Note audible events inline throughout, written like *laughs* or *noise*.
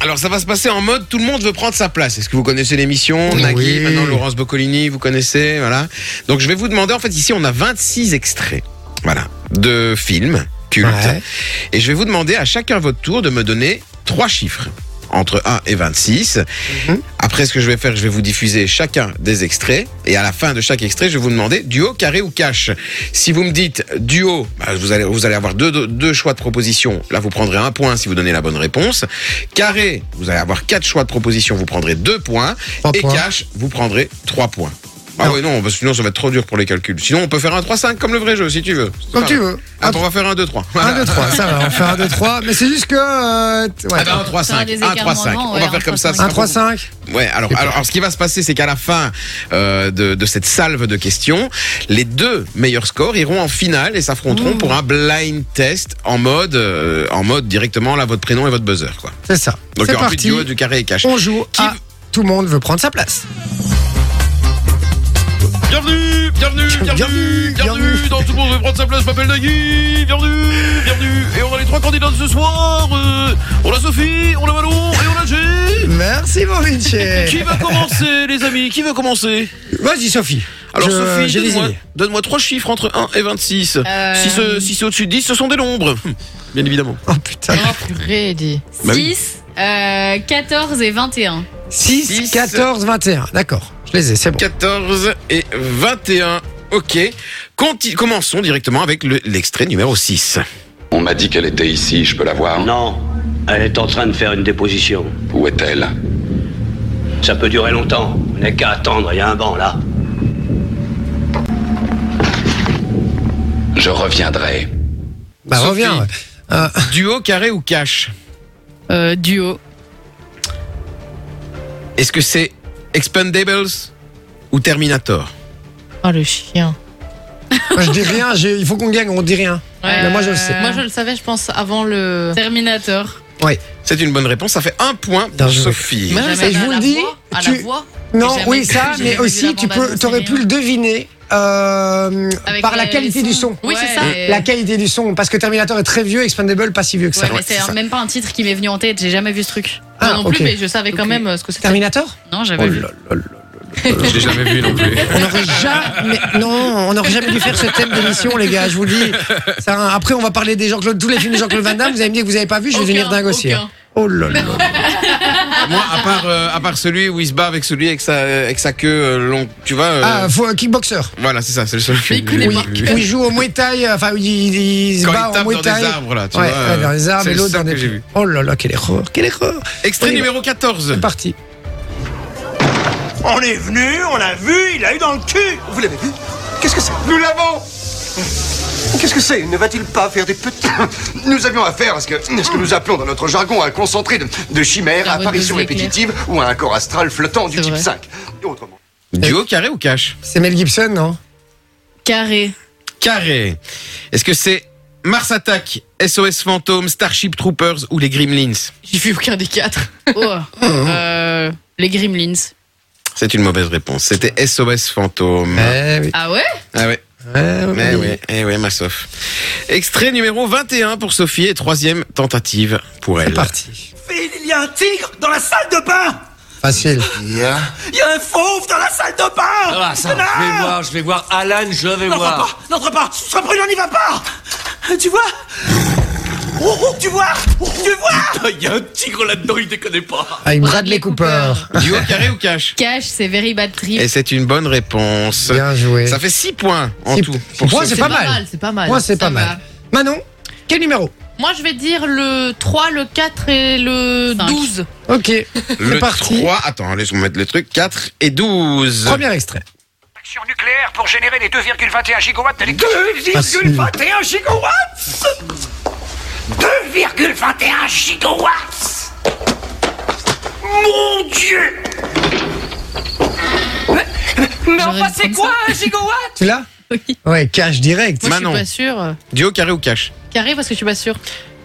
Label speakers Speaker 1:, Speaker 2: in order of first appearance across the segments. Speaker 1: Alors ça va se passer en mode tout le monde veut prendre sa place. Est-ce que vous connaissez l'émission
Speaker 2: Oui.
Speaker 1: Nagui, maintenant Laurence Boccolini, vous connaissez, voilà. Donc je vais vous demander, en fait ici on a 26 extraits, voilà, de films cultes.
Speaker 2: Ouais.
Speaker 1: Et je vais vous demander à chacun votre tour de me donner trois chiffres, entre 1 et 26.
Speaker 2: Mhm.
Speaker 1: Après ce que je vais faire, je vais vous diffuser chacun des extraits. Et à la fin de chaque extrait, je vais vous demander duo, carré ou cash. Si vous me dites duo, bah, vous, allez, vous allez avoir deux, deux, deux choix de proposition. Là, vous prendrez un point si vous donnez la bonne réponse. Carré, vous allez avoir quatre choix de proposition, vous prendrez deux points.
Speaker 2: Trois
Speaker 1: et
Speaker 2: points.
Speaker 1: cash, vous prendrez trois points. Ah
Speaker 2: Non.
Speaker 1: ouais, non, parce que sinon ça va être trop dur pour les calculs. Sinon, on peut faire un 3-5 comme le vrai jeu, si tu veux. C'est
Speaker 2: Comme
Speaker 1: pas
Speaker 2: tu
Speaker 1: grave.
Speaker 2: veux.
Speaker 1: Attends, on va faire un 2-3.
Speaker 2: 1, 2, 3, ça va, on fait 1, 2, 3. Mais c'est juste que. euh, t- ouais.
Speaker 1: Ah ben, un 3
Speaker 3: Faire
Speaker 1: 5
Speaker 3: des
Speaker 1: 1 3
Speaker 3: écarts
Speaker 1: 5
Speaker 3: moments,
Speaker 1: on
Speaker 3: ouais,
Speaker 1: va
Speaker 3: un
Speaker 1: faire comme ça
Speaker 3: 3-5.
Speaker 1: ça
Speaker 2: 1,
Speaker 1: sera
Speaker 2: 3,
Speaker 1: beaucoup.
Speaker 2: 5.
Speaker 1: ouais alors, alors alors, ce qui va se passer c'est qu'à la fin euh, de, de cette salve de questions les deux meilleurs scores iront en finale et s'affronteront pour un blind test en mode euh, en mode directement là votre prénom et votre buzzer quoi
Speaker 2: C'est ça.
Speaker 1: donc il y
Speaker 2: C'est
Speaker 1: aura plus de
Speaker 2: parti.
Speaker 1: duo du carré et cash
Speaker 2: On joue
Speaker 1: Qui-
Speaker 2: à Tout le monde veut prendre sa place.
Speaker 4: Bienvenue, bienvenue, bienvenue,
Speaker 2: Bienvenue,
Speaker 4: bienvenue,
Speaker 2: bienvenue.
Speaker 4: dans tout le monde veut prendre sa place, je m'appelle Nagui, bienvenue, bienvenue. Et on a les trois candidats de ce soir, euh, on a Sophie, on a Manon et on a G.
Speaker 2: Merci,
Speaker 1: *laughs*
Speaker 2: mon Vinci.
Speaker 4: Qui va commencer les amis, qui veut commencer
Speaker 2: Vas-y, Sophie.
Speaker 4: Alors
Speaker 2: Je-
Speaker 4: Sophie,
Speaker 2: j'ai les
Speaker 4: donne-moi
Speaker 2: idées.
Speaker 4: donne trois chiffres entre 1 et 26.
Speaker 3: Euh.
Speaker 4: Si c'est si c'est au-dessus de 10, ce sont des nombres, *laughs* bien évidemment.
Speaker 2: Oh putain.
Speaker 1: Ah,
Speaker 3: Oh purée, dis.
Speaker 1: Bah oui.
Speaker 3: 6, euh, 14 et 21.
Speaker 2: 6,
Speaker 1: Six.
Speaker 2: 14, 21. D'accord, je les ai, c'est bon.
Speaker 1: 14 et 21 ok Conti- commençons directement avec le- l'extrait numéro 6
Speaker 5: On m'a dit qu'elle était ici, je peux la voir
Speaker 6: Non, elle est en train de faire une déposition.
Speaker 5: Où est-elle
Speaker 6: Ça peut durer longtemps. On n'a qu'à attendre, il y a un banc là.
Speaker 5: Je reviendrai.
Speaker 2: Bah,
Speaker 1: Sophie.
Speaker 2: reviens. ouais. Euh,
Speaker 1: duo carré ou cash
Speaker 3: Euh, duo.
Speaker 1: est-ce que c'est Expendables ou Terminator
Speaker 3: Oh le chien.
Speaker 2: moi, je dis rien, j'ai- il faut qu'on gagne, on dit rien.
Speaker 3: Euh,
Speaker 2: Mais moi, je le sais.
Speaker 7: Moi, je le savais, je pense, avant le.
Speaker 3: Terminator.
Speaker 2: Ouais.
Speaker 1: C'est une bonne réponse. Ça fait un point
Speaker 2: Bien
Speaker 1: pour
Speaker 2: joué.
Speaker 1: Sophie.
Speaker 2: Mais-
Speaker 7: Jamais
Speaker 2: ça, je
Speaker 7: à
Speaker 2: vous
Speaker 7: la
Speaker 2: le dis,
Speaker 7: voix, À
Speaker 2: tu-
Speaker 7: la voix.
Speaker 2: Non,
Speaker 7: Jamais
Speaker 2: oui,
Speaker 7: cru,
Speaker 2: ça,
Speaker 7: j'ai
Speaker 2: mais
Speaker 7: jamais vu la
Speaker 2: aussi, tu
Speaker 7: bande-annonce,
Speaker 2: peux, t'aurais
Speaker 7: c'est
Speaker 2: pu
Speaker 7: rien.
Speaker 2: le deviner euh,
Speaker 3: Avec
Speaker 2: par la
Speaker 3: les-
Speaker 2: qualité
Speaker 3: les
Speaker 2: du
Speaker 3: sons.
Speaker 2: son.
Speaker 7: Oui, c'est ça.
Speaker 3: Ouais.
Speaker 2: La qualité du son, parce que Terminator est très vieux, Expandable pas si vieux que ça.
Speaker 3: Ouais, mais c'est même pas un titre qui m'est venu en tête, j'ai jamais vu ce truc.
Speaker 2: Ah,
Speaker 7: non, non
Speaker 2: ok.
Speaker 7: plus,
Speaker 2: Oh
Speaker 7: mais je savais quand
Speaker 3: Ok.
Speaker 7: même euh, ce que c'était.
Speaker 2: Terminator
Speaker 3: Non, j'avais vu.
Speaker 1: Je l'ai jamais vu non plus.
Speaker 2: On
Speaker 7: *laughs*
Speaker 2: n'aurait jamais, non, on n'aurait jamais dû faire ce thème d'émission, les gars. Je vous le dis. Ça, après, on va parler des Jean-Claude, tous les films de Jean-Claude Van Damme. Vous avez me dit que vous n'avez pas vu, je vais
Speaker 7: Aucun,
Speaker 2: devenir dingue aussi.
Speaker 7: aucun.
Speaker 2: hein. Oh là là.
Speaker 1: *laughs* Moi, à part, euh, à part celui où il se bat avec celui avec sa, euh, avec sa queue euh, longue, tu vois. euh,
Speaker 2: Ah, faut, euh, kickboxer.
Speaker 1: Voilà, c'est ça, c'est le seul
Speaker 7: Mais il connaît
Speaker 1: Oui.
Speaker 7: pas.
Speaker 2: Où il joue au Muay Thai, enfin, où il, il se
Speaker 1: Quand
Speaker 2: bat
Speaker 1: il
Speaker 2: au
Speaker 1: tape
Speaker 2: Muay
Speaker 1: dans des
Speaker 2: Thai.
Speaker 1: arbres, là, tu
Speaker 2: ouais,
Speaker 1: vois.
Speaker 2: ouais, dans les arbres
Speaker 1: c'est
Speaker 2: et
Speaker 1: le
Speaker 2: l'autre
Speaker 1: seul
Speaker 2: dans des.
Speaker 1: que j'ai vu.
Speaker 2: Oh là là, quelle erreur, quelle erreur.
Speaker 1: Extrait
Speaker 2: On y va.
Speaker 1: numéro 14.
Speaker 2: C'est parti.
Speaker 8: On est venu, on l'a vu, il a eu dans le cul Vous l'avez vu Qu'est-ce que c'est Nous l'avons Qu'est-ce que c'est Ne va-t-il pas faire des petits...
Speaker 9: *coughs* Nous avions affaire à ce que, ce que nous appelons dans notre jargon un concentré de, de chimères,
Speaker 3: Ah, votre
Speaker 9: apparitions
Speaker 3: vision est
Speaker 9: répétitives ou un corps astral flottant du
Speaker 3: C'est
Speaker 9: type
Speaker 3: vrai.
Speaker 9: 5. Autrement.
Speaker 1: Duo carré ou cash
Speaker 2: C'est Mel Gibson, non
Speaker 3: Carré.
Speaker 1: Carré. Est-ce que c'est Mars Attack, SOS Fantôme, Starship Troopers ou les Gremlins
Speaker 7: J'ai vu aucun des *laughs* quatre.
Speaker 3: Oh. euh, les Gremlins.
Speaker 1: C'est une mauvaise réponse. C'était SOS Fantôme.
Speaker 2: Eh oui.
Speaker 3: Ah ouais
Speaker 1: Ah ouais,
Speaker 2: Eh oui.
Speaker 1: mais oui, eh ouais, ma sof. Extrait numéro 21 pour Sophie et troisième tentative pour
Speaker 2: C'est
Speaker 1: elle.
Speaker 2: parti.
Speaker 8: Phil, il y a un tigre dans la salle de bain
Speaker 2: Facile.
Speaker 8: Il y a un fauve dans la salle de bain Connard
Speaker 4: Ah, je vais voir Alan, je vais
Speaker 8: N'entre pas N'entre pas Ce sera brûlant, n'y va pas Tu vois Oh, oh, tu vois Oh, Tu vois
Speaker 4: Il y a un tigre là-dedans, il déconne pas.
Speaker 2: Avec Ah,
Speaker 3: Bradley
Speaker 2: Bradley Cooper.
Speaker 1: Duo carré ou
Speaker 2: *laughs*
Speaker 1: cash
Speaker 3: Cash, c'est Very Bad Trip.
Speaker 1: Et c'est une bonne réponse.
Speaker 2: Bien joué.
Speaker 1: Ça fait 6 points en
Speaker 2: Six-
Speaker 1: tout.
Speaker 2: six
Speaker 1: Pour
Speaker 2: points,
Speaker 1: Sophie.
Speaker 2: C'est pas mal.
Speaker 7: C'est pas mal.
Speaker 2: Moi, c'est pas
Speaker 7: Ah, Ça
Speaker 2: mal.
Speaker 7: va.
Speaker 2: Manon, quel numéro
Speaker 7: Moi, je vais dire le 3, le 4 et le
Speaker 3: Cinq.
Speaker 7: 12.
Speaker 2: Ok,
Speaker 1: le
Speaker 2: c'est parti.
Speaker 1: 3, attends, laisse-moi mettre le truc. 4 et 12.
Speaker 2: Premier extrait.
Speaker 8: Action nucléaire pour générer les 2,21 gigawatts d'électricité
Speaker 2: 2,21
Speaker 8: 2,21 gigawatts 2,21 gigawatts Mon Dieu Mais
Speaker 3: J'aurais
Speaker 8: enfin, c'est
Speaker 3: dû prendre
Speaker 8: quoi un gigawatt
Speaker 2: Tu l'as
Speaker 3: *laughs* Oui.
Speaker 2: Ouais, cash direct.
Speaker 7: Moi,
Speaker 1: Manon.
Speaker 7: je suis pas sûre.
Speaker 1: Duo carré ou cash
Speaker 7: Carré, parce que je suis pas sûre.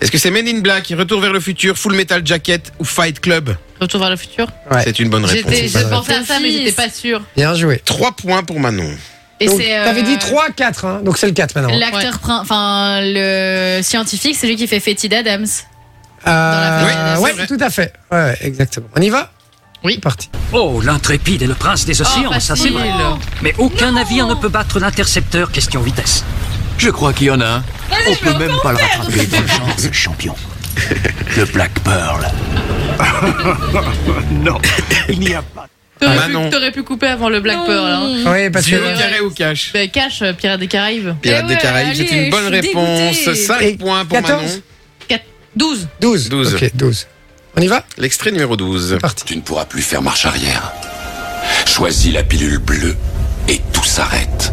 Speaker 1: Est-ce que c'est Men in Black, Retour vers le futur, Full Metal Jacket ou Fight Club
Speaker 7: Retour vers le futur.
Speaker 2: Ouais.
Speaker 1: C'est une bonne
Speaker 7: J'étais,
Speaker 1: réponse.
Speaker 7: je pensais à
Speaker 3: Au
Speaker 7: ça, mais
Speaker 3: six.
Speaker 7: j'étais pas sûre.
Speaker 2: Bien joué.
Speaker 1: 3 points pour Manon.
Speaker 3: Et
Speaker 2: Donc,
Speaker 3: c'est, euh,
Speaker 2: T'avais dit 3, 4, hein, donc c'est le 4 maintenant.
Speaker 3: L'acteur, prin- enfin, le scientifique, c'est lui qui fait Fetid Adams. la
Speaker 2: Euh,
Speaker 3: famille,
Speaker 2: ouais,
Speaker 3: c'est vrai.
Speaker 2: tout à fait. Ouais, ouais, exactement. On y va
Speaker 3: Oui.
Speaker 2: C'est parti.
Speaker 10: Oh, l'intrépide est le prince des océans, ça c'est
Speaker 3: facile.
Speaker 10: vrai. Mais aucun navire ne peut battre l'intercepteur question vitesse.
Speaker 4: Je crois qu'il y en a un.
Speaker 7: Vas-y, je vais encore
Speaker 9: pas le
Speaker 10: Et bonne chance, champion.
Speaker 4: Le Black Pearl.
Speaker 7: T'aurais
Speaker 1: Ah,
Speaker 7: pu-
Speaker 1: Manon.
Speaker 7: T'aurais pu couper avant le Black Pearl. Hein.
Speaker 3: Mmh.
Speaker 2: Oui, parce que.
Speaker 1: Duo carré ou cash
Speaker 3: Ben, Cash, euh, Pirates des Caraïbes.
Speaker 1: Pirates
Speaker 7: Eh
Speaker 1: des
Speaker 7: ouais,
Speaker 1: Caraïbes,
Speaker 7: allez,
Speaker 1: c'est une bonne
Speaker 7: je suis
Speaker 1: réponse.
Speaker 7: dégoûtée.
Speaker 1: 5
Speaker 2: Et
Speaker 1: points pour
Speaker 2: 14?
Speaker 1: Manon.
Speaker 3: 12.
Speaker 2: 12.
Speaker 1: 12.
Speaker 2: Ok, 12. On y va
Speaker 1: L'extrait numéro 12.
Speaker 7: Ah.
Speaker 2: Parti.
Speaker 5: Tu ne pourras plus faire marche arrière. Choisis la pilule bleue et tout s'arrête.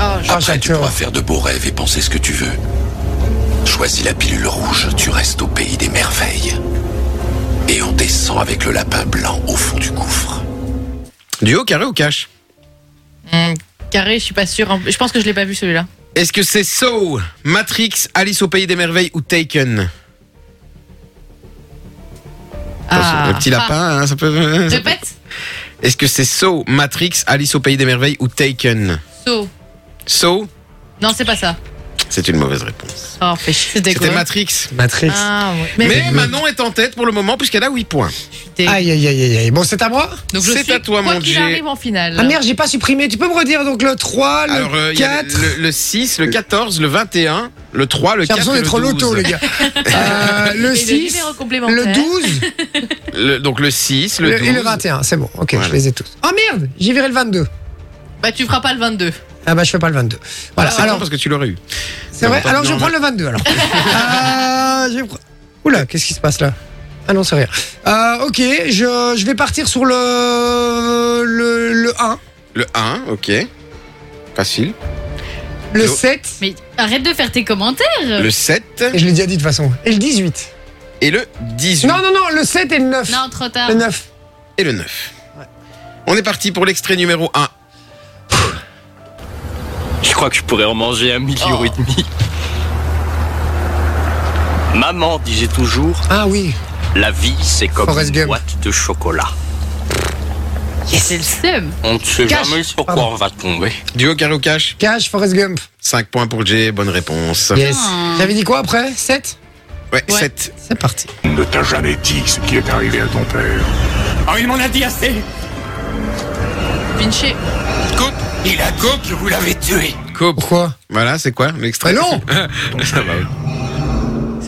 Speaker 7: Ah,
Speaker 5: Après, tu
Speaker 2: Ah, j'adore.
Speaker 5: pourras faire de beaux rêves et penser ce que tu veux. Choisis la pilule rouge, tu restes au pays des merveilles. Et on descend avec le lapin blanc au fond du gouffre.
Speaker 1: Duo carré ou cash
Speaker 7: Mm.
Speaker 3: Hum, Carré, je suis pas sûre. Je pense que je l'ai pas vu celui-là.
Speaker 1: Est-ce que c'est So, Matrix, Alice au pays des merveilles ou Taken
Speaker 7: Ah.
Speaker 1: Attention, Le petit lapin, hein, ça peut.
Speaker 3: Répète.
Speaker 1: *laughs* Est-ce que c'est So, Matrix, Alice au pays des merveilles ou Taken
Speaker 3: So.
Speaker 1: So,
Speaker 3: Non, c'est pas ça.
Speaker 1: c'est une mauvaise réponse.
Speaker 3: Oh, fait chier. C'était
Speaker 1: C'était
Speaker 3: quoi
Speaker 1: Matrix.
Speaker 2: Matrix.
Speaker 3: Ah, ouais. Mais,
Speaker 1: Mais Manon est en tête pour le moment puisqu'elle a 8 points.
Speaker 3: t'es-
Speaker 2: Aïe, aïe, aïe, aïe, aïe. Bon, c'est à moi
Speaker 3: Donc je
Speaker 1: c'est
Speaker 3: suis,
Speaker 1: à toi,
Speaker 3: quoi
Speaker 1: mon
Speaker 3: qu'il
Speaker 1: Jay.
Speaker 3: arrive en finale.
Speaker 2: Ah merde, j'ai pas supprimé. Tu peux me redire donc le 3, le
Speaker 1: Alors, euh, il y a
Speaker 2: 4
Speaker 1: le, le 6, le 14, le 21, le 3, le
Speaker 2: J'ai
Speaker 1: 4.
Speaker 2: l'impression
Speaker 1: et le
Speaker 2: d'être au
Speaker 1: 12.
Speaker 2: loto, les
Speaker 1: *laughs*
Speaker 2: gars. Euh, le
Speaker 3: Et
Speaker 2: 6,
Speaker 3: numéro complémentaire.
Speaker 2: le 12
Speaker 1: Le- donc le 6, le, Ah,
Speaker 2: le-
Speaker 1: 12.
Speaker 2: et le 21. C'est bon, ok,
Speaker 1: Voilà.
Speaker 2: je les ai tous. Oh merde, j'ai viré le 22.
Speaker 3: Bah, tu feras pas le 22.
Speaker 2: Ah bah, je fais pas le 22. Voilà,
Speaker 3: Ah,
Speaker 1: C'est bon
Speaker 2: alors,
Speaker 1: parce que tu l'aurais eu.
Speaker 2: c'est vrai.
Speaker 1: longtemps
Speaker 2: Alors,
Speaker 1: que
Speaker 2: je
Speaker 1: non,
Speaker 2: prends le
Speaker 1: *laughs*
Speaker 2: 22, alors. Euh, je prends- Oula, qu'est-ce qui se passe là Ah non, c'est rien. Euh, ok, je, je vais partir sur le, le, le 1,
Speaker 1: Le 1, ok. Facile.
Speaker 2: le
Speaker 1: Le-
Speaker 2: 7,
Speaker 3: Mais arrête de faire tes commentaires.
Speaker 1: Le 7
Speaker 2: Euh. et je l'ai déjà dit de toute façon, et le 18.
Speaker 1: et le 18
Speaker 2: Non, non, non, le 7 et le 9.
Speaker 3: Non, trop tard.
Speaker 2: Le 9.
Speaker 1: et le 9. On est parti pour l'extrait numéro 1.
Speaker 4: Je crois que je pourrais en manger un
Speaker 6: Oh.
Speaker 4: million et demi.
Speaker 6: Maman disait toujours,
Speaker 2: Ah oui.
Speaker 6: la vie c'est comme
Speaker 2: Forrest
Speaker 6: une
Speaker 2: Gump.
Speaker 6: boîte de chocolat.
Speaker 3: C'est le seum.
Speaker 6: On ne sait
Speaker 2: Cache.
Speaker 6: jamais sur
Speaker 2: Pardon.
Speaker 6: quoi on va tomber.
Speaker 1: Duo carré ou cash
Speaker 2: Cash, Forrest Gump.
Speaker 1: 5 points pour Jay, bonne réponse.
Speaker 2: Yes.
Speaker 3: Ah.
Speaker 2: J'avais dit quoi après 7
Speaker 1: Ouais, 7.
Speaker 2: C'est parti.
Speaker 9: Ne t'a jamais dit ce qui est arrivé à ton père.
Speaker 4: Oh, il m'en a dit assez
Speaker 3: Vinci.
Speaker 1: Coupe
Speaker 4: Il a coupe que vous l'avez tué
Speaker 1: Coupe
Speaker 2: Pourquoi
Speaker 1: Voilà, c'est quoi
Speaker 2: Mais
Speaker 1: l'extrait *laughs*
Speaker 2: Bah non
Speaker 1: Ça va.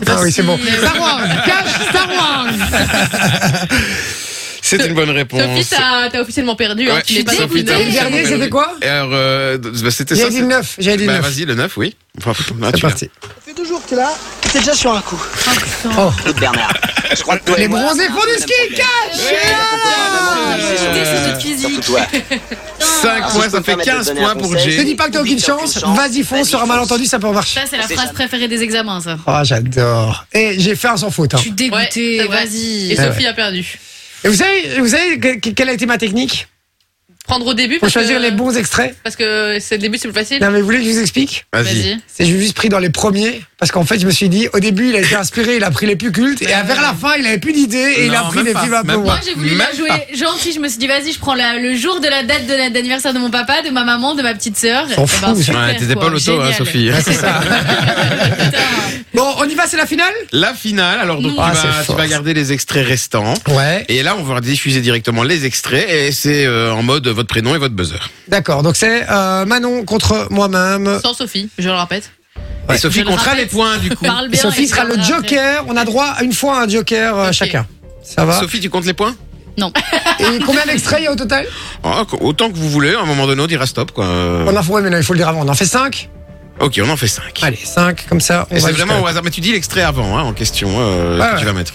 Speaker 2: Ah oui, c'est bon.
Speaker 3: Star Wars. Cash, Star Wars.
Speaker 1: C'est une bonne réponse.
Speaker 7: Sophie, t'as t'as officiellement perdu. hein,
Speaker 1: Ouais,
Speaker 7: tu n'es pas
Speaker 1: Sophie,
Speaker 7: dégoûtée.
Speaker 1: t'as-
Speaker 2: Et le dernier, c'était quoi
Speaker 1: Et alors, euh, bah, c'était
Speaker 2: J'avais
Speaker 1: ça.
Speaker 2: dit
Speaker 1: c'est-
Speaker 2: le 9. J'avais dit le
Speaker 1: Bah,
Speaker 2: 9.
Speaker 1: vas-y, le 9, oui. Enfin, là,
Speaker 2: C'est
Speaker 1: tu l'as.
Speaker 2: parti.
Speaker 8: fait deux jours que t'es là, t'es déjà sur un coup.
Speaker 6: Claude Bernard, je crois que toi et
Speaker 2: Les
Speaker 6: moi,
Speaker 2: bronzés font du ski
Speaker 3: Oh,
Speaker 6: c'est
Speaker 7: J'ai décidé de
Speaker 6: surtout
Speaker 7: physique.
Speaker 6: toi.
Speaker 1: 5
Speaker 2: Ah,
Speaker 1: points,
Speaker 6: si je peux
Speaker 1: ça fait
Speaker 6: me permettre de
Speaker 1: 15
Speaker 6: donner un
Speaker 1: points pour
Speaker 6: conseil.
Speaker 2: Je te
Speaker 1: Jay.
Speaker 2: dis pas que t'as aucune chance. Vas-y, fonce sur un malentendu, ça peut marcher.
Speaker 3: Ça, c'est la
Speaker 6: C'est
Speaker 3: phrase
Speaker 6: ça.
Speaker 3: préférée des examens, ça.
Speaker 2: Oh, j'adore. Et j'ai fait un sans faute. hein.
Speaker 3: Je suis dégoûtée.
Speaker 7: Ouais, c'est vrai.
Speaker 3: Vas-y.
Speaker 7: Et
Speaker 3: Et
Speaker 2: Ah
Speaker 7: Sophie a perdu.
Speaker 2: Et vous savez, vous savez que- quelle a été ma technique
Speaker 7: Prendre au début
Speaker 2: pour
Speaker 7: parce
Speaker 2: choisir
Speaker 7: que,
Speaker 2: les bons extraits
Speaker 7: parce que c'est le début, c'est plus facile.
Speaker 2: Non, mais vous voulez que je vous explique
Speaker 1: Vas-y.
Speaker 3: Vas-y.
Speaker 2: C'est j'ai juste pris dans les premiers parce qu'en fait, je me suis dit, au début, il a été inspiré, il a pris les plus cultes, et vers la fin, il avait plus d'idées et il a
Speaker 1: Non,
Speaker 2: pris
Speaker 1: même
Speaker 2: les
Speaker 1: pas,
Speaker 2: films un peu
Speaker 1: même
Speaker 2: moins.
Speaker 3: Moi, Ah, j'ai voulu la
Speaker 1: Même
Speaker 3: jouer gentil. Je me suis dit, vas-y, je prends la- le jour de la date de la- d'anniversaire de mon papa, de ma maman, de ma petite sœur.
Speaker 2: S'en
Speaker 3: Eh
Speaker 2: fout, Bah,
Speaker 3: ben,
Speaker 2: ça.
Speaker 3: super,
Speaker 1: Ouais, t'étais
Speaker 3: quoi.
Speaker 1: pas l'auto, hein,
Speaker 3: Génial.
Speaker 1: Sophie.
Speaker 3: *laughs*
Speaker 2: Bon, on y va, c'est la finale
Speaker 1: La finale, alors donc
Speaker 2: Ah,
Speaker 1: tu,
Speaker 2: c'est
Speaker 1: vas, tu
Speaker 2: fort.
Speaker 1: vas garder les extraits restants.
Speaker 2: Ouais.
Speaker 1: Et là, on va diffuser directement les extraits et c'est euh, en mode votre prénom et votre buzzer.
Speaker 2: D'accord, donc c'est euh, Manon contre moi-même.
Speaker 7: Sans Sophie, je le répète.
Speaker 1: Et Sophie
Speaker 3: Je le
Speaker 1: comptera
Speaker 3: rappelle.
Speaker 1: les points du coup.
Speaker 3: Parle
Speaker 2: Et
Speaker 3: bien.
Speaker 2: Sophie
Speaker 3: et
Speaker 2: sera le
Speaker 3: parle après.
Speaker 2: joker. On a droit à une fois à un joker euh,
Speaker 7: Ok.
Speaker 2: chacun. Ça va
Speaker 1: Sophie, tu comptes les points
Speaker 3: Non.
Speaker 2: Et combien d'extraits il y a au total
Speaker 1: Oh, qu- Autant que vous voulez, à un moment donné, on dira stop quoi. Euh,
Speaker 2: On en fait, ouais, mais non, il faut le dire avant. On en fait 5
Speaker 1: Ok, on en fait 5.
Speaker 2: Allez, 5, comme ça. On
Speaker 1: Et
Speaker 2: va
Speaker 1: c'est
Speaker 2: jusqu'à-
Speaker 1: vraiment au hasard. Mais tu dis l'extrait avant hein, en question euh,
Speaker 2: Ouais,
Speaker 1: que tu
Speaker 2: ouais.
Speaker 1: vas mettre.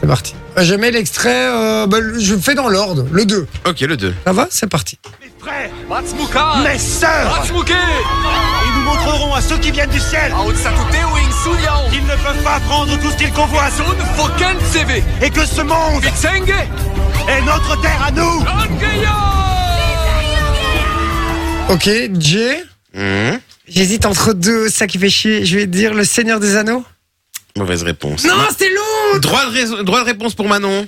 Speaker 2: C'est parti. Euh, Je mets l'extrait, euh, bah, le- je le fais dans l'ordre. Le 2.
Speaker 1: Ok, le 2.
Speaker 2: Ça va C'est parti.
Speaker 8: Frères, mes sœurs, et nous montrerons à ceux qui viennent du ciel qu'ils ne peuvent pas prendre tout ce qu'ils convoitent et que ce monde est notre terre à nous.
Speaker 2: Ok, Jay.
Speaker 1: Hum,
Speaker 2: J'hésite entre deux, ça qui fait chier. Je vais dire le Seigneur des Anneaux.
Speaker 1: Mauvaise réponse.
Speaker 2: Non,
Speaker 1: Ma-
Speaker 2: c'était l'autre
Speaker 1: Droit de, raison- droit de réponse pour Manon.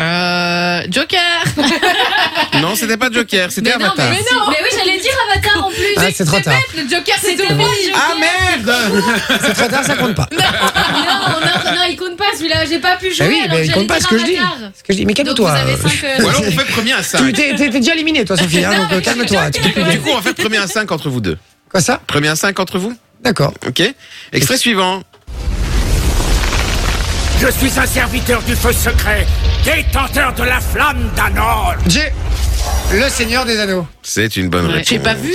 Speaker 7: Euh, Joker
Speaker 3: Euh,
Speaker 1: Non, c'était pas Joker, c'était
Speaker 3: Mais non,
Speaker 1: Avatar.
Speaker 3: mais, mais oui, j'allais dire Avatar en plus. plus.
Speaker 2: Ah, c'est trop tard.
Speaker 3: bête, le Joker, c'est
Speaker 2: C'est
Speaker 3: tout
Speaker 2: bon.
Speaker 3: le
Speaker 2: Ah merde C'est trop tard, ça compte pas.
Speaker 3: Non, non, non, il compte pas celui-là, j'ai pas pu jouer.
Speaker 2: Bah oui,
Speaker 3: alors
Speaker 2: mais
Speaker 3: que
Speaker 2: compte pas
Speaker 3: j'allais
Speaker 2: ce que je dis.
Speaker 3: dire Avatar.
Speaker 2: Ce que je dis. Mais calme-toi.
Speaker 3: Donc vous avez cinq, euh,
Speaker 1: Ou alors on fait premier à 5.
Speaker 2: Tu t'es t'es- t'es déjà éliminé, toi, Sophie. hein, donc euh, calme-toi. Tu peux plus
Speaker 1: Du
Speaker 2: gagner.
Speaker 1: coup, on va faire premier à 5 entre vous deux.
Speaker 2: Quoi ça
Speaker 1: Premier à 5 entre vous
Speaker 2: D'accord.
Speaker 1: Ok Extrait suivant.
Speaker 11: Je suis un serviteur du feu secret, détenteur de la flamme d'Anor.
Speaker 2: J'ai le Seigneur des Anneaux.
Speaker 1: C'est une bonne réponse.
Speaker 7: J'ai pas vu.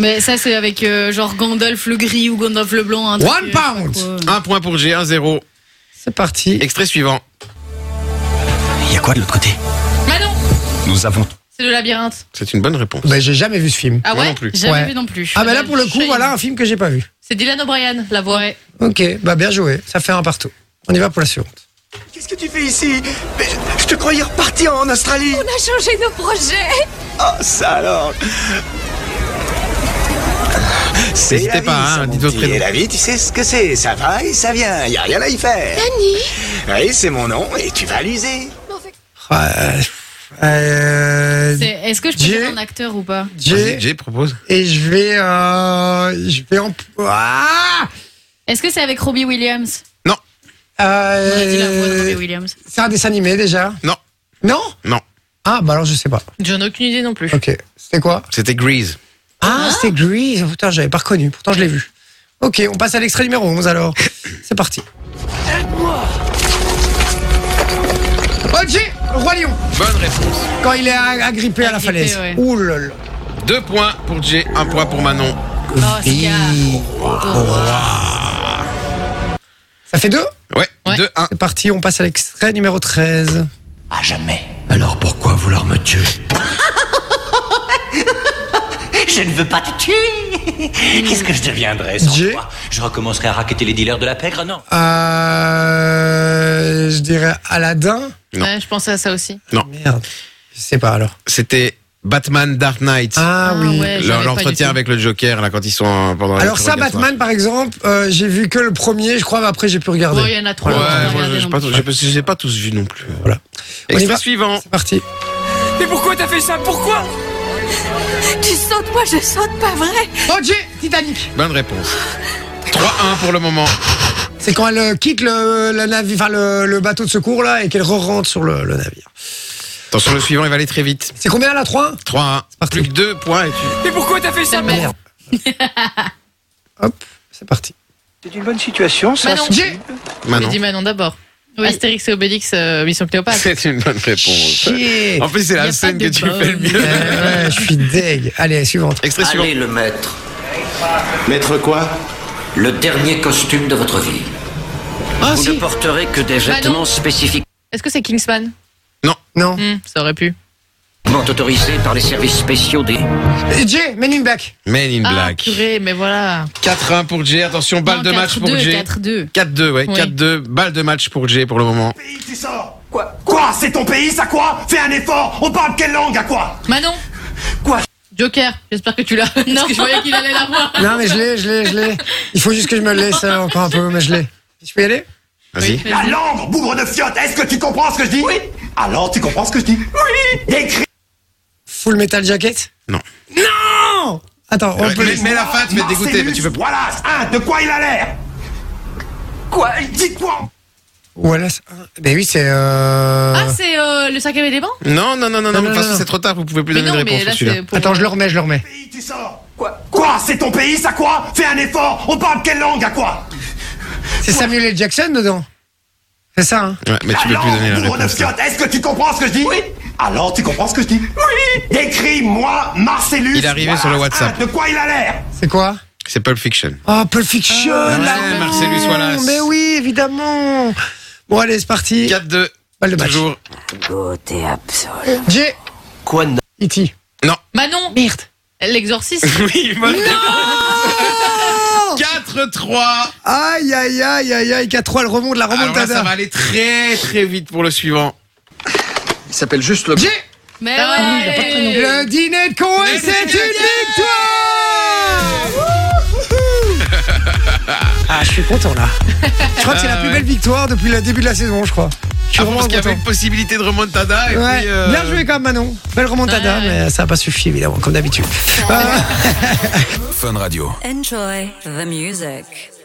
Speaker 7: Mais ça, c'est avec euh, genre Gandalf le gris ou Gandalf le blanc. un truc,
Speaker 1: One
Speaker 7: euh, je sais pas
Speaker 1: pound.
Speaker 7: quoi.
Speaker 1: Un point pour G, 1-0.
Speaker 2: C'est parti.
Speaker 1: Extrait suivant.
Speaker 10: Il y a quoi de l'autre côté
Speaker 7: Bah non,
Speaker 10: Nous avons.
Speaker 7: c'est le labyrinthe.
Speaker 1: C'est une bonne réponse.
Speaker 2: Bah, j'ai jamais vu ce film.
Speaker 7: Ah
Speaker 1: Moi
Speaker 7: ouais
Speaker 1: non plus.
Speaker 7: Jamais
Speaker 2: Ouais.
Speaker 7: vu non plus.
Speaker 2: Ah, bah là, pour le coup, voilà un film que j'ai pas vu.
Speaker 7: C'est Dylan O'Brien, la voix.
Speaker 2: Ok, bah bien joué. Ça fait un partout. On y va pour la suivante.
Speaker 8: Qu'est-ce que tu fais ici Mais je- Je te croyais repartir en Australie
Speaker 12: On a changé nos projets.
Speaker 8: Oh, ça alors C'est
Speaker 1: N'hésitez pas,
Speaker 8: la vie,
Speaker 1: hein,
Speaker 8: ça, mon
Speaker 1: dites votre
Speaker 8: petit.
Speaker 1: prénom.
Speaker 8: Et La vie, tu sais ce que c'est, ça va et ça vient, y a rien à y faire.
Speaker 12: Dani.
Speaker 8: Oui, c'est mon nom et tu vas l'user.
Speaker 2: Ouais, euh,
Speaker 7: C'est- Est-ce que je peux
Speaker 2: Jay.
Speaker 7: être un acteur ou pas
Speaker 2: J'ai-
Speaker 1: Vas-y, Jay propose.
Speaker 2: et je vais, euh, je vais en. Ah
Speaker 7: Est-ce que c'est avec Robbie Williams
Speaker 2: Euh,
Speaker 7: On a dit la voix de Robbie Williams.
Speaker 2: c'est un dessin animé déjà
Speaker 1: Non.
Speaker 2: Non
Speaker 1: Non.
Speaker 2: Ah bah alors je sais pas.
Speaker 7: J'en ai aucune idée non plus.
Speaker 2: Ok. C'était quoi
Speaker 1: C'était Grease.
Speaker 2: Ah, c'était Grease. Oh, Putain, j'avais pas reconnu. Pourtant je l'ai vu. Ok, on passe à l'extrait numéro 11 alors. C'est parti. Aide-moi Roi Lion,
Speaker 1: Bonne réponse.
Speaker 2: quand il est ag- agrippé à la
Speaker 7: Agrippé,
Speaker 2: falaise.
Speaker 7: ouais.
Speaker 2: Ouh là là.
Speaker 1: Deux points pour Jay, un point pour Manon.
Speaker 7: Oh, c'est
Speaker 2: Vive
Speaker 7: Oh,
Speaker 2: Ça fait deux
Speaker 1: Ouais,
Speaker 7: Ouais.
Speaker 1: 2-1.
Speaker 2: C'est parti, on passe à l'extrait numéro 13.
Speaker 5: À jamais. Alors pourquoi vouloir me tuer
Speaker 6: Je ne veux pas te tuer Qu'est-ce que je deviendrais
Speaker 2: sans Jay. toi
Speaker 6: Je recommencerai à raqueter les dealers de la pègre, non
Speaker 2: Euh, je dirais Aladdin.
Speaker 1: Non.
Speaker 7: Ouais, je pensais à ça aussi.
Speaker 2: Merde. Je sais pas alors.
Speaker 1: C'était Batman Dark Knight.
Speaker 2: Ah,
Speaker 7: Ah
Speaker 2: oui.
Speaker 7: ouais.
Speaker 1: Leur-
Speaker 7: j'avais pas du
Speaker 1: L'entretien
Speaker 7: tout.
Speaker 1: avec le Joker, là, quand ils sont euh, pendant la
Speaker 2: Alors ça,
Speaker 1: interrogatoire.
Speaker 2: Batman par exemple, euh, j'ai vu que le premier, je crois, mais après j'ai pu regarder.
Speaker 7: Bon, il y en a trois.
Speaker 1: Ouais,
Speaker 7: on va pas
Speaker 1: moi,
Speaker 7: regarder
Speaker 1: je- je
Speaker 7: non
Speaker 1: pas
Speaker 7: plus.
Speaker 1: tous- j'ai pas- je les ai pas tous vus non plus.
Speaker 2: Voilà. On y
Speaker 1: Extrait
Speaker 2: va.
Speaker 1: suivant.
Speaker 2: C'est parti.
Speaker 11: Mais pourquoi t'as fait ça Pourquoi
Speaker 12: Tu sautes, moi je saute, pas vrai
Speaker 2: OJ Titanic.
Speaker 1: Bonne réponse. 3-1 pour le moment.
Speaker 2: C'est quand elle euh, quitte le, le navire, enfin le, le bateau de secours là, et qu'elle re-rentre sur le, le navire.
Speaker 1: Attention, le suivant, il va aller très vite.
Speaker 2: C'est combien là 3
Speaker 1: 3-1.
Speaker 2: parti.
Speaker 1: Plus que 2 points et tu.
Speaker 11: Mais pourquoi t'as fait ça
Speaker 2: Ah, Merde.
Speaker 7: *laughs*
Speaker 2: Hop, c'est parti.
Speaker 8: C'est une bonne situation, ça.
Speaker 7: Manon.
Speaker 2: J'ai
Speaker 7: J'ai
Speaker 1: Manon.
Speaker 7: dit Manon d'abord. Astérix et Obélix, euh, Mission Cléopâtre.
Speaker 1: *laughs* C'est une bonne réponse.
Speaker 2: chier.
Speaker 1: En plus, c'est
Speaker 7: Y a
Speaker 1: la
Speaker 7: pas
Speaker 1: scène que
Speaker 7: de
Speaker 1: tu
Speaker 7: bonne.
Speaker 1: fais le mieux.
Speaker 2: Ouais, ouais, je suis deg. Allez, suivante.
Speaker 1: Extrait suivant.
Speaker 5: le maître.
Speaker 8: Maître quoi
Speaker 5: Le dernier costume de votre vie.
Speaker 2: Ah
Speaker 5: Vous ne porterez que des
Speaker 7: Bah non.
Speaker 5: vêtements spécifiquement
Speaker 7: Est-ce que c'est Kingsman
Speaker 2: Non.
Speaker 7: Hmm, Ça aurait pu.
Speaker 5: autorisés par les services spéciaux des.
Speaker 2: Jay, Men in Black.
Speaker 1: Men in
Speaker 7: Ah,
Speaker 1: Black.
Speaker 7: purée, mais voilà.
Speaker 1: 4-1 pour Jay. Attention, balle
Speaker 7: Non,
Speaker 1: de match pour
Speaker 7: 4-2,
Speaker 1: Jay.
Speaker 7: 4-2.
Speaker 1: 4-2, ouais.
Speaker 7: Oui.
Speaker 1: 4-2. Balle de match pour Jay pour le moment.
Speaker 8: Pays, tu sors Quoi Quoi C'est ton pays, ça quoi Fais un effort On parle quelle langue, à quoi
Speaker 7: *laughs* Manon
Speaker 8: Quoi
Speaker 7: Joker, j'espère que tu l'as. Non, je voyais qu'il allait
Speaker 1: *laughs*
Speaker 7: l'avoir.
Speaker 2: Non, mais je l'ai, je l'ai, je l'ai. Il faut juste que je me laisse euh, encore un peu, mais je l'ai. Je peux y aller
Speaker 1: Vas-y.
Speaker 8: La langue, bougre de fiotte Est-ce que tu comprends ce que je dis Oui Alors, tu comprends ce que je dis Oui Décris
Speaker 2: Full Metal Jacket
Speaker 1: Non.
Speaker 2: Non Attends, on
Speaker 1: Ouais,
Speaker 2: peut
Speaker 1: mais- mais la fin, tu vas te dégoûter, mais tu peux-
Speaker 8: Voilà, hein, de quoi il a l'air Quoi Dis-toi
Speaker 2: Voilà. c'est- ah, Ben oui, c'est. Euh...
Speaker 7: Ah, c'est euh, le cinquième élément
Speaker 1: Non, non, non, non, non. De toute
Speaker 2: non,
Speaker 1: façon,
Speaker 2: non.
Speaker 1: c'est trop tard. Vous pouvez plus donner de
Speaker 7: non,
Speaker 1: réponse
Speaker 7: mais
Speaker 1: sur
Speaker 7: là,
Speaker 1: celui-là.
Speaker 7: c'est pour.
Speaker 2: Attends, je le remets, je le remets.
Speaker 8: Pays, tu sors Quoi Quoi C'est ton pays, ça quoi Fais un effort On parle quelle langue, à quoi
Speaker 2: C'est Samuel L. Jackson dedans C'est ça, hein
Speaker 1: Ouais, mais tu peux
Speaker 8: Alors,
Speaker 1: plus donner la
Speaker 8: bourreau de
Speaker 1: réponse. là.
Speaker 8: fiotte, Est-ce que tu comprends ce que je dis Oui. Alors, tu comprends ce que je dis Oui. Décris-moi Marcellus.
Speaker 1: Il est arrivé sur le WhatsApp.
Speaker 8: hein, de quoi il a l'air
Speaker 2: C'est quoi
Speaker 1: C'est Pulp Fiction.
Speaker 2: Oh, Pulp Fiction
Speaker 1: Ah, ouais,
Speaker 2: là,
Speaker 1: Marcellus
Speaker 2: non,
Speaker 1: Wallace.
Speaker 2: Mais oui, évidemment Bon, allez, c'est parti.
Speaker 1: 4-2.
Speaker 2: Balle de match.
Speaker 1: Toujours.
Speaker 12: Beauté absolue.
Speaker 2: J'ai.
Speaker 5: Quoi de
Speaker 2: E.T.
Speaker 7: Manon
Speaker 2: Merde
Speaker 7: L'exorciste
Speaker 1: *laughs* Oui, bonne réponse. 4-3.
Speaker 2: Aïe, aïe, aïe, aïe, aïe, 4-3, le remonte, la
Speaker 1: Alors là, ça va
Speaker 2: remontada.
Speaker 1: aller très très vite pour le suivant.
Speaker 9: Il s'appelle juste le.
Speaker 2: J'ai.
Speaker 3: Mais
Speaker 7: Ah oui, il a pas de prénom.
Speaker 3: ouais
Speaker 2: Le dîner de con et c'est une victoire
Speaker 1: *laughs*
Speaker 2: Ah, je suis content là. Je crois que c'est la plus belle victoire depuis le début de la saison, je crois. Je suis
Speaker 1: Ah, parce
Speaker 2: vraiment
Speaker 1: qu'il y avait
Speaker 2: content.
Speaker 1: une possibilité de remontada. Et
Speaker 2: Ouais,
Speaker 1: puis, euh,
Speaker 2: Bien joué quand même Manon. Belle remontada, mais ça n'a pas suffi Euh, évidemment, comme d'habitude.
Speaker 10: Fun Radio. Enjoy the music.